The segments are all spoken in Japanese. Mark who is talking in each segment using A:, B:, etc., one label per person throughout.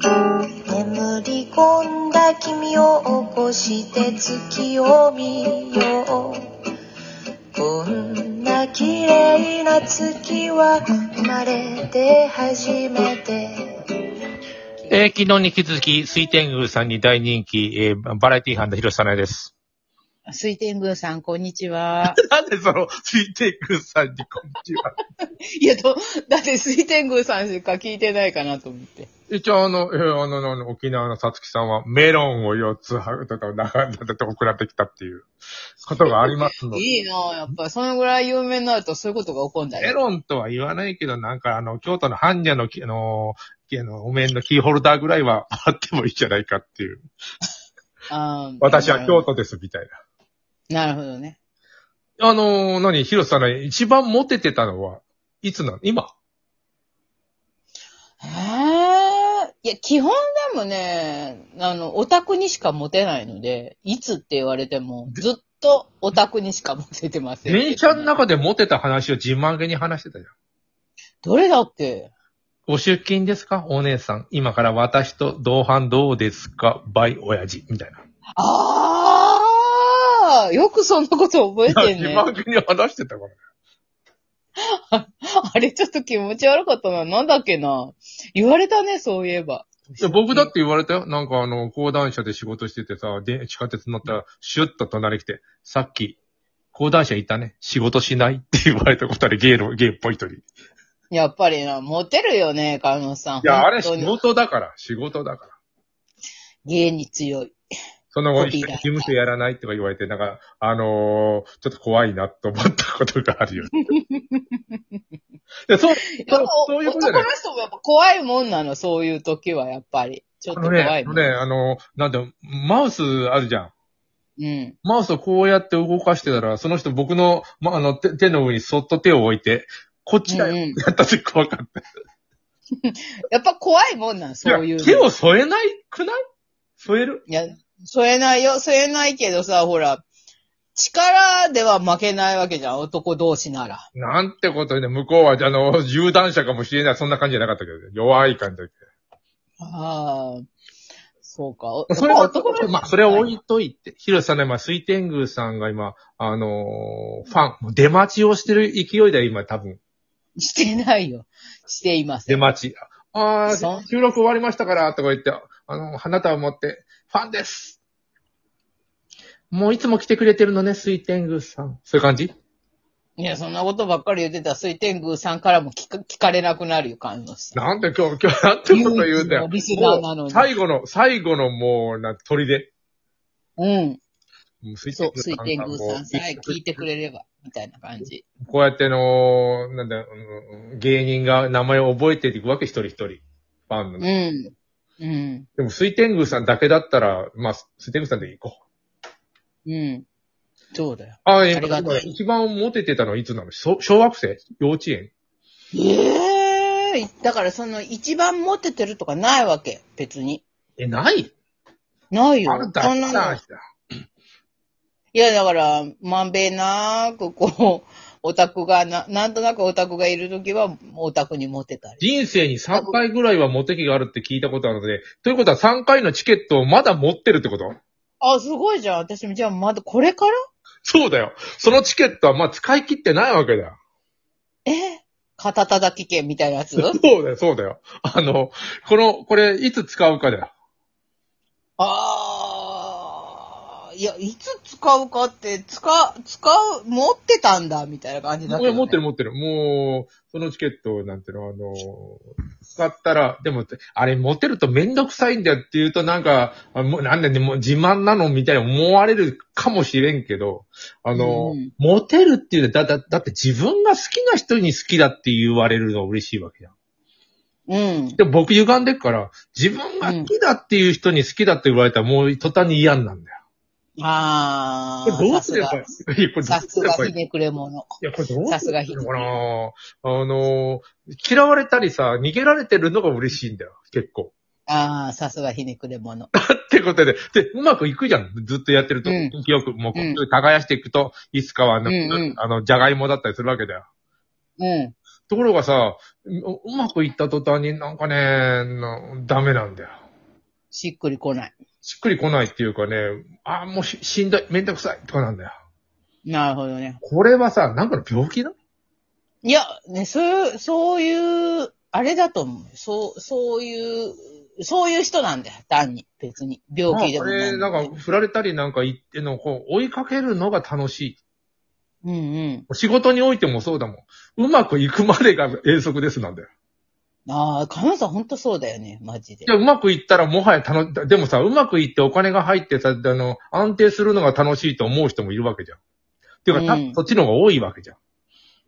A: 眠り込んだ君を起こして月を見ようこんな綺麗な月は生まれて初めて
B: えー昨日に引き続き、水天宮さんに大人気、えーバラエティ班の広瀬さなです。
C: 水天宮さん、こんにちは。
B: なんでその、水天宮さんにこんにちは。
C: いや、と、だって水天宮さんしか聞いてないかなと思って。
B: 一応あの、えーあの、あの沖縄のさつきさんはメロンを4つはとか、長んだと送られてきたっていうことがありますので。
C: いいなぁ、やっぱ、そのぐらい有名になるとそういうことが起こるんだ
B: メ
C: ね。
B: ロンとは言わないけど、なんかあの、京都の般若のき、あのー、あの、お面のキーホルダーぐらいはあってもいいじゃないかっていう。
C: あー
B: 私は京。都です、みたい
C: なるほどね。
B: な。あのー、何、広瀬さん、一番モテてたのは、いつなの今
C: へえ。いや、基本でもね、あの、オタクにしかモテないので、いつって言われても、ずっとオタクにしかモテてません。
B: 電車の中でモテた話を自慢げに話してたじゃん。
C: どれだっけ
B: ご出勤ですかお姉さん。今から私と同伴どうですかバイ親父。みたいな。
C: ああよくそんなこと覚えてん
B: 自
C: ね。
B: 慢げに話してたから。
C: あれちょっと気持ち悪かったな。なんだっけな。言われたね、そういえば。
B: いや僕だって言われたよ。なんかあの、講談社で仕事しててさ、で、地下鉄乗ったら、シュッと隣来て、さっき、講談社いたね。仕事しないって言われたことある。ゲイの、ゲイっぽい人に。い
C: やっぱりな、モテるよね、カノさん。
B: や、あれ
C: 本
B: 仕
C: 当に
B: 事だから。仕事だから。
C: 芸に強い。
B: その後、
C: コピ
B: 事
C: ーが
B: 務所やらないとか言われて、なんか、あのーちょっと怖いなと思ったことがあるよ。い や、そう、そうそういうことじゃ
C: 男
B: な
C: の
B: い。
C: 人もやっぱ怖いもんなの、そういう時は、やっぱり。ちょっ
B: あの
C: と怖
B: ね、あ
C: いも
B: の
C: ん。
B: ね、あの、なんだ、マウスあるじゃん。
C: うん。
B: マウスをこうやって動かしてたら、その人僕の、ま、あの、手手の上にそっと手を置いて、こっちだ
C: うん
B: よ
C: うん
B: ってやった時怖かった。
C: やっぱ怖いもんなの、そういう
B: や
C: の。
B: 手を添えないくない添える
C: いや、添えないよ、添えないけどさ、ほら、力では負けないわけじゃん、男同士なら。
B: なんてことで、向こうは、あの、銃弾者かもしれない。そんな感じじゃなかったけどね、弱い感じだけど。
C: ああ、そうか。お
B: それは、
C: 男の人
B: まあ、それを置いといて、広瀬さんの今、水天宮さんが今、あのーファン、もう出待ちをしてる勢いだよ、今、多分。
C: してないよ。していませ
B: 出
C: ん。
B: 待ち。あ
C: そ
B: あ、
C: う
B: 収録終わりましたから、とか言って、あの、花束持って、ファンですもういつも来てくれてるのね、水天宮さん。そういう感じ
C: いや、そんなことばっかり言ってたら水天宮さんからも聞か聞かれなくなるよ、感動して。
B: なんで今日、今日、なんてこと言うんだ
C: 唯一の
B: よ。
C: リスナーなの
B: もう
C: に
B: 最後の、最後のもう、な、鳥で。
C: うん。
B: もう水
C: そう、水天宮
B: も
C: さんさえ
B: う
C: 聞いてくれれば、みたいな感じ。
B: こうやってあのー、なんだ、うん芸人が名前を覚えていくわけ、一人一人。ファンの
C: う
B: ね。
C: ん。うん。
B: でも、水天宮さんだけだったら、まあ、水天宮さんで行こう。
C: うん。そうだよ。
B: ああ、え
C: ありがたい
B: 一番モテてたのはいつなの小小学生幼稚園
C: ええだからその一番モテてるとかないわけ、別に。
B: え、ない
C: ないよ。
B: あるだ
C: そ
B: け
C: んなの
B: ない
C: や、だから、まんべんなく、こう、 オタクがな、なんとなくオタクがいるときは、オタクにモテたり。
B: 人生に3回ぐらいはモテ期があるって聞いたことあるので、ということは3回のチケットをまだ持ってるってこと
C: あ、すごいじゃん。私も、じゃあ、まだ、これから
B: そうだよ。そのチケットはまあ使い切ってないわけだよ。
C: え肩叩き券みたいなや つ
B: そうだよ、そうだよ。あの、この、これ、いつ使うかだよ。
C: ああ、いや、いつ使うかって、使、使う、持ってたんだ、みたいな感じだけ
B: い
C: ど、
B: や、
C: ね。
B: 持ってる持ってる。もう、そのチケットなんていうの、あの、使ったら、でも、あれ持てるとめんどくさいんだよって言うとなんか、あもうなんでね、もう自慢なのみたいに思われるかもしれんけど、あの、
C: うん
B: モテるっていうのはだ、だ、だって自分が好きな人に好きだって言われるのが嬉しいわけじゃん。
C: うん。
B: でも僕歪んでっから、自分が好きだっていう人に好きだって言われたらもう途端に嫌になるんだよ。
C: あ
B: こ
C: あ。
B: れどうすればいい
C: さ
B: いやこれどう
C: すが
B: す
C: さす
B: れば
C: が
B: いい
C: ひねくれ者。
B: いや、これどう
C: さすが
B: ひ
C: ひ
B: どかなあのー嫌われたりさ、逃げられてるのが嬉しいんだよ、結構。
C: ああ、さすがひねくれ者。
B: ってことで、で、うまくいくじゃん。ずっとやってると、
C: うん
B: 記憶、もう、
C: うん
B: 耕していくと、いつかはあの、
C: うんうん
B: あの、じゃがいもだったりするわけだよ。
C: うん。
B: ところがさ、ううまくいった途端になんかね、なダメなんだよ。
C: しっくりこない。
B: しっくりこないっていうかね、あーもうししんどい、めんどくさいとかなんだよ。
C: なるほどね。
B: これはさ、なんかの病気だ
C: いや、ね、そういう、そういう、あれだと思う。そう、そういう、そういう人なんだよ。単に。別に。病気でも
B: こ
C: ない
B: れ、なんか、振られたりなんか言っての、こう、追いかけるのが楽しい。
C: うんうん。
B: 仕事においてもそうだもん。うまくいくまでが永則ですなんだよ。
C: ああ、カノさんほんとそうだよね。マジで
B: い。や、うまくいったらもはや楽、でもさ、うまくいってお金が入ってさ、あの、安定するのが楽しいと思う人もいるわけじゃん。っていうか、た
C: うん
B: そっちの方が多いわけじゃん。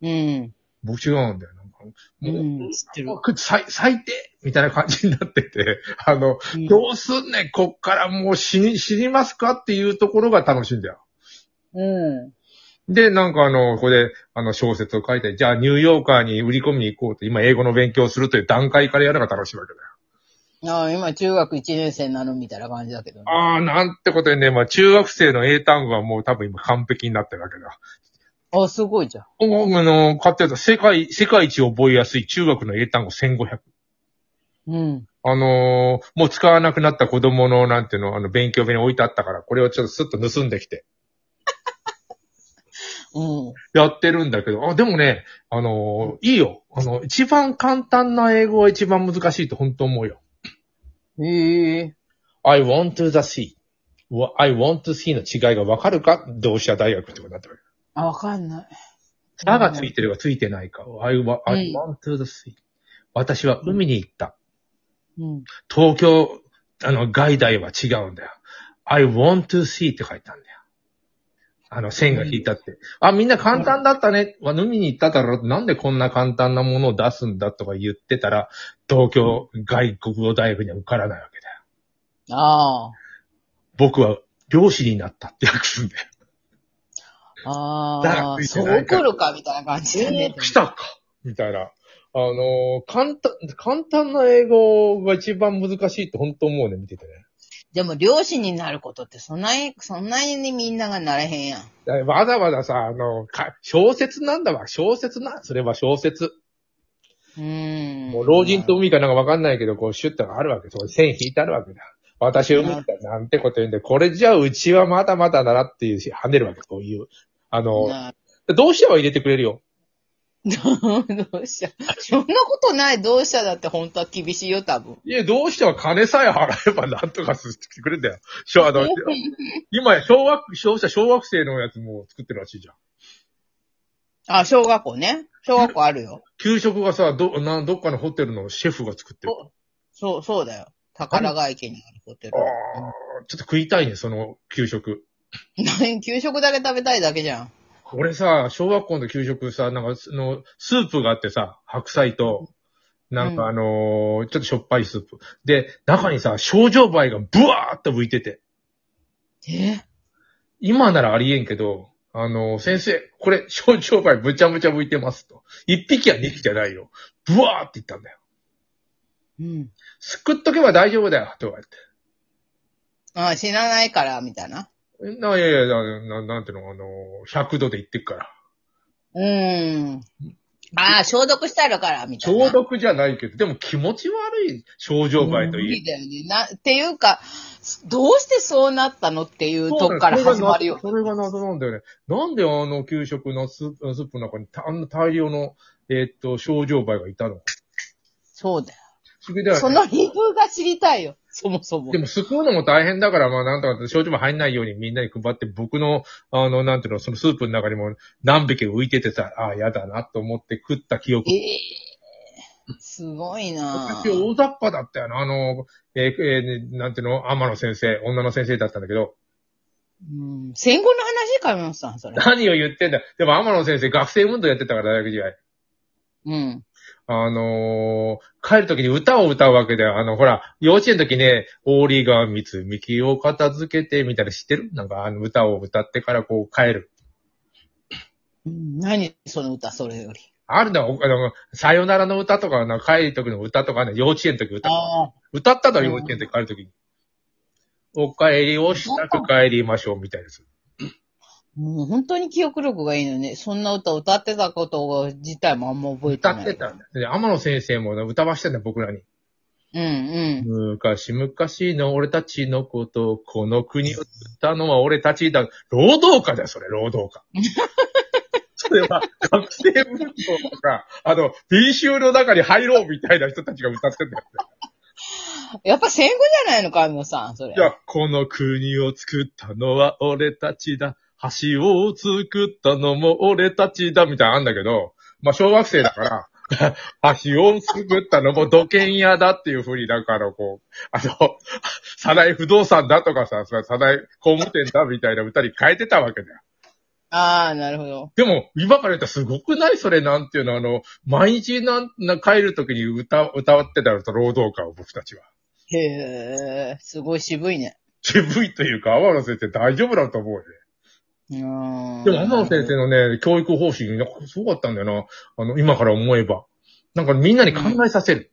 C: うん。
B: 僕違うんだよ。なんか
C: う
B: もう、
C: ん。知ってる。
B: もう最最低みたいな感じになってて、 あの、
C: うん
B: どうすんねん、こっからもう死に、死にますかっていうところが楽しいんだよ。
C: うん。
B: で、なんかあの、ここで、あの、小説を書いて、じゃあニューヨーカーに売り込みに行こうと、今英語の勉強をするという段階からやるのが楽しいわけだよ。
C: ああ、今中学1年生なのみたいな感じだけどね。
B: ああ、なんてことでね、まあ中学生の英単語はもう多分今完璧になってるわけだ。
C: あ、すごいじゃん。
B: おあの、買ってやった世界、世界一覚えやすい中学の英単語1500。
C: うん。
B: あのーもう使わなくなった子供の、なんていうの、あの、勉強部に置いてあったから、これをちょっとスッと盗んできて、
C: うん。
B: やってるんだけど、あ、でもね、あのーいいよ。あの、一番簡単な英語は一番難しいと本当思うよ。
C: へえ。
B: I want to the sea. I want to see の違いがわかるか同志社大学ってことになってるわけ。
C: あわかんない。
B: 歯がついてるかついてないか。I, wa- I
C: うん
B: want to the sea. 私は海に行った。
C: うん。
B: 東京、あの、外大は違うんだよ。I want to see って書いてあるんだよ。あの、線が引いたって。あ、みんな簡単だったね。わ海に行っただろ。なんでこんな簡単なものを出すんだとか言ってたら、東京外国語大学には受からないわけだよ。
C: あ
B: 僕は漁師になったって訳すんだよ。
C: あ。あ
B: だから
C: あ
B: つ。いて
C: そ
B: な
C: う
B: いから
C: 来るかみたいな感じだね。
B: 来たかみたいな。あのー簡単、簡単な英語が一番難しいって本当思うね、見ててね。
C: でも、漁師になることって、そんなに、そんなにみんながなれへんやん。
B: だわざわざさ、あの、か小説なんだわ。小説な。それは小説。
C: うーん。
B: もう老人と海かなんかわかんないけど、こうシュッとがあるわけ。そこに線引いてあるわけだ。私海だ。なんてこと言うんで、これじゃあうちはまだまだだなっていうし、跳ねるわけ。こういう。あの、
C: なる。
B: どうしては入れてくれるよ。
C: どうしたそんなことない。どうしただって本当は厳しいよ、多分。
B: いや、どうしては金さえ払えばなんとかしてくれるんだよ。しょ、あの、今や小学、小学小学生のやつも作ってるらしいじゃん。
C: あ、小学校ね。小学校あるよ。
B: 給食がさ、ど、なん、どっかのホテルのシェフが作ってる。
C: おそう、そうだよ。宝ヶ池にあるホテル
B: あ。あー、ちょっと食いたいね、その給食。
C: 何給食だけ食べたいだけじゃん。
B: 俺さ、小学校の給食さ、なんか、その、スープがあってさ、白菜と、なんかあのーちょっとしょっぱいスープ。で、中にさ、症状梅がブワーっと浮いてて。
C: え
B: 今ならありえんけど、あのー先生、これ、症状梅むちゃむちゃ浮いてますと。一匹や二匹じゃないよ。ブワーって言ったんだよ。
C: うん。
B: すくっとけば大丈夫だよ、とか言って。
C: あ、死なないから、みたいな。
B: な、いやいや、な、ななんていうの、あの、100度で言ってくから。
C: うーん。ああ、消毒してあるから、みたいな。
B: 消毒じゃないけど、でも気持ち悪い症状害と
C: 無
B: い
C: 理
B: い。
C: だよね。な、っていうか、どうしてそうなったのっていうとこから始まるよ。
B: それが謎なんだよね。なんであの給食のスープスープの中にたあんな大量の、えーっと、症状害がいたの
C: そうだよ。
B: 不思議だよ
C: そ
B: ね。
C: の理由が知りたいよ。そもそも
B: で。も、救うのも大変だから、まあ、なんとか、症状も入んないようにみんなに配って、僕の、あの、なんていうの、そのスープの中にも何匹浮いててさ、ああ、やだなと思って食った記憶
C: ええすごいな
B: 私、大雑把だったよな。あの、えーえーなんていうの天野先生、女の先生だったんだけど、
C: うん。戦後の話か、山本さん、それ。
B: 何を言ってんだ。でも天野先生、学生運動やってたから、大学時代。
C: うん。
B: あのー帰るときに歌を歌うわけだよ。あの、ほら、幼稚園の時ね、折り紙つみきを片付けて、みたいな知ってるなんか、あの、歌を歌ってからこう帰る。
C: うん何その歌、それより。
B: あるんだよ、おあの、さよならの歌とか、な帰る時の歌とかね、幼稚園の時歌った。
C: ああ。
B: 歌っただろ、幼稚園の時帰る時に。お帰りをしたく帰りましょう、みたいです。
C: もう本当に記憶力がいいのね。そんな歌歌ってたこと自体もあんま覚えて
B: 歌
C: ない。
B: ってたんだ。で、天野先生も歌わしてんだ、僕らに。
C: うんうん。
B: 昔々の俺たちのこと、この国を作ったのは俺たちだ。労働家だよ、それ、労 働家。それは、学生文庫とか、あの、民衆の中に入ろうみたいな人たちが歌ってんだよ。
C: やっぱ戦後じゃないのか、安野さん、それ。
B: いや、この国を作ったのは俺たちだ。橋を作ったのも俺たちだ、みたいなのあんだけど、まあ、小学生だから、 橋を作ったのも土建屋だっていうふうになんかあの、こう、あの、 サナ不動産だとかさ、それサナ工務店だみたいな歌に変えてたわけだよ。
C: ああ、なるほど。
B: でも、今から言ったらすごくないそれなんていうのは、あの、毎日なん、な帰る時に歌、歌ってたのと労働家を僕たちは。
C: へえ、すごい渋いね。
B: 渋いというか、天野先生大丈夫だと思うよね。
C: うーん。
B: でも、天野先生のね、教育方針、なんかすごかったんだよな。あの、今から思えば。なんかみんなに考えさせる。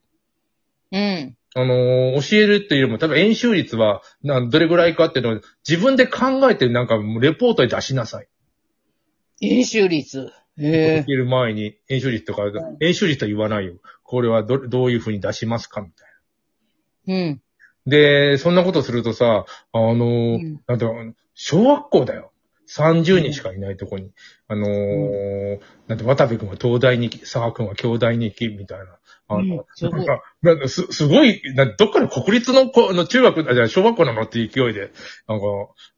C: うん。
B: あのー教えるっていうよりも、多分演習率は、なんどれぐらいかっていうのを、自分で考えて、なんか、レポートに出しなさい。
C: 演習率。へ
B: 受ける前に、演習率とか、演習率とは言わないよ。これはど、どういうふうに出しますかみたい
C: え。うん。
B: な。で、そんなことするとさ、あのー
C: うん
B: なんだろう、小学校だよ。30人しかいないとこに。あのーなんて、渡部君は東大に行き、佐賀君は京大に行き、みたいな。あの、
C: うんすごい
B: なんか、なんかす、すごい、などっかの国立のこの中学、あ、じゃあ小学校なのっていう勢いで、なんか、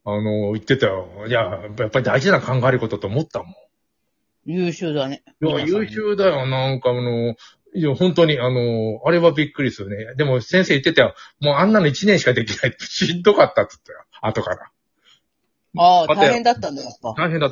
B: あのー言ってたよ。いや、やっぱり大事な考えることと思ったもん。
C: 優秀だね。
B: いや、優秀だよ。なんかあの、いや、本当に、あの、あれはびっくりするね。でも先生言ってたよ。もうあんなの1年しか できないってしんどかったって言ったよ。後から。
C: ああ、
B: 待てよ
C: 大変だったんだ、やっぱ。
B: 大変だった。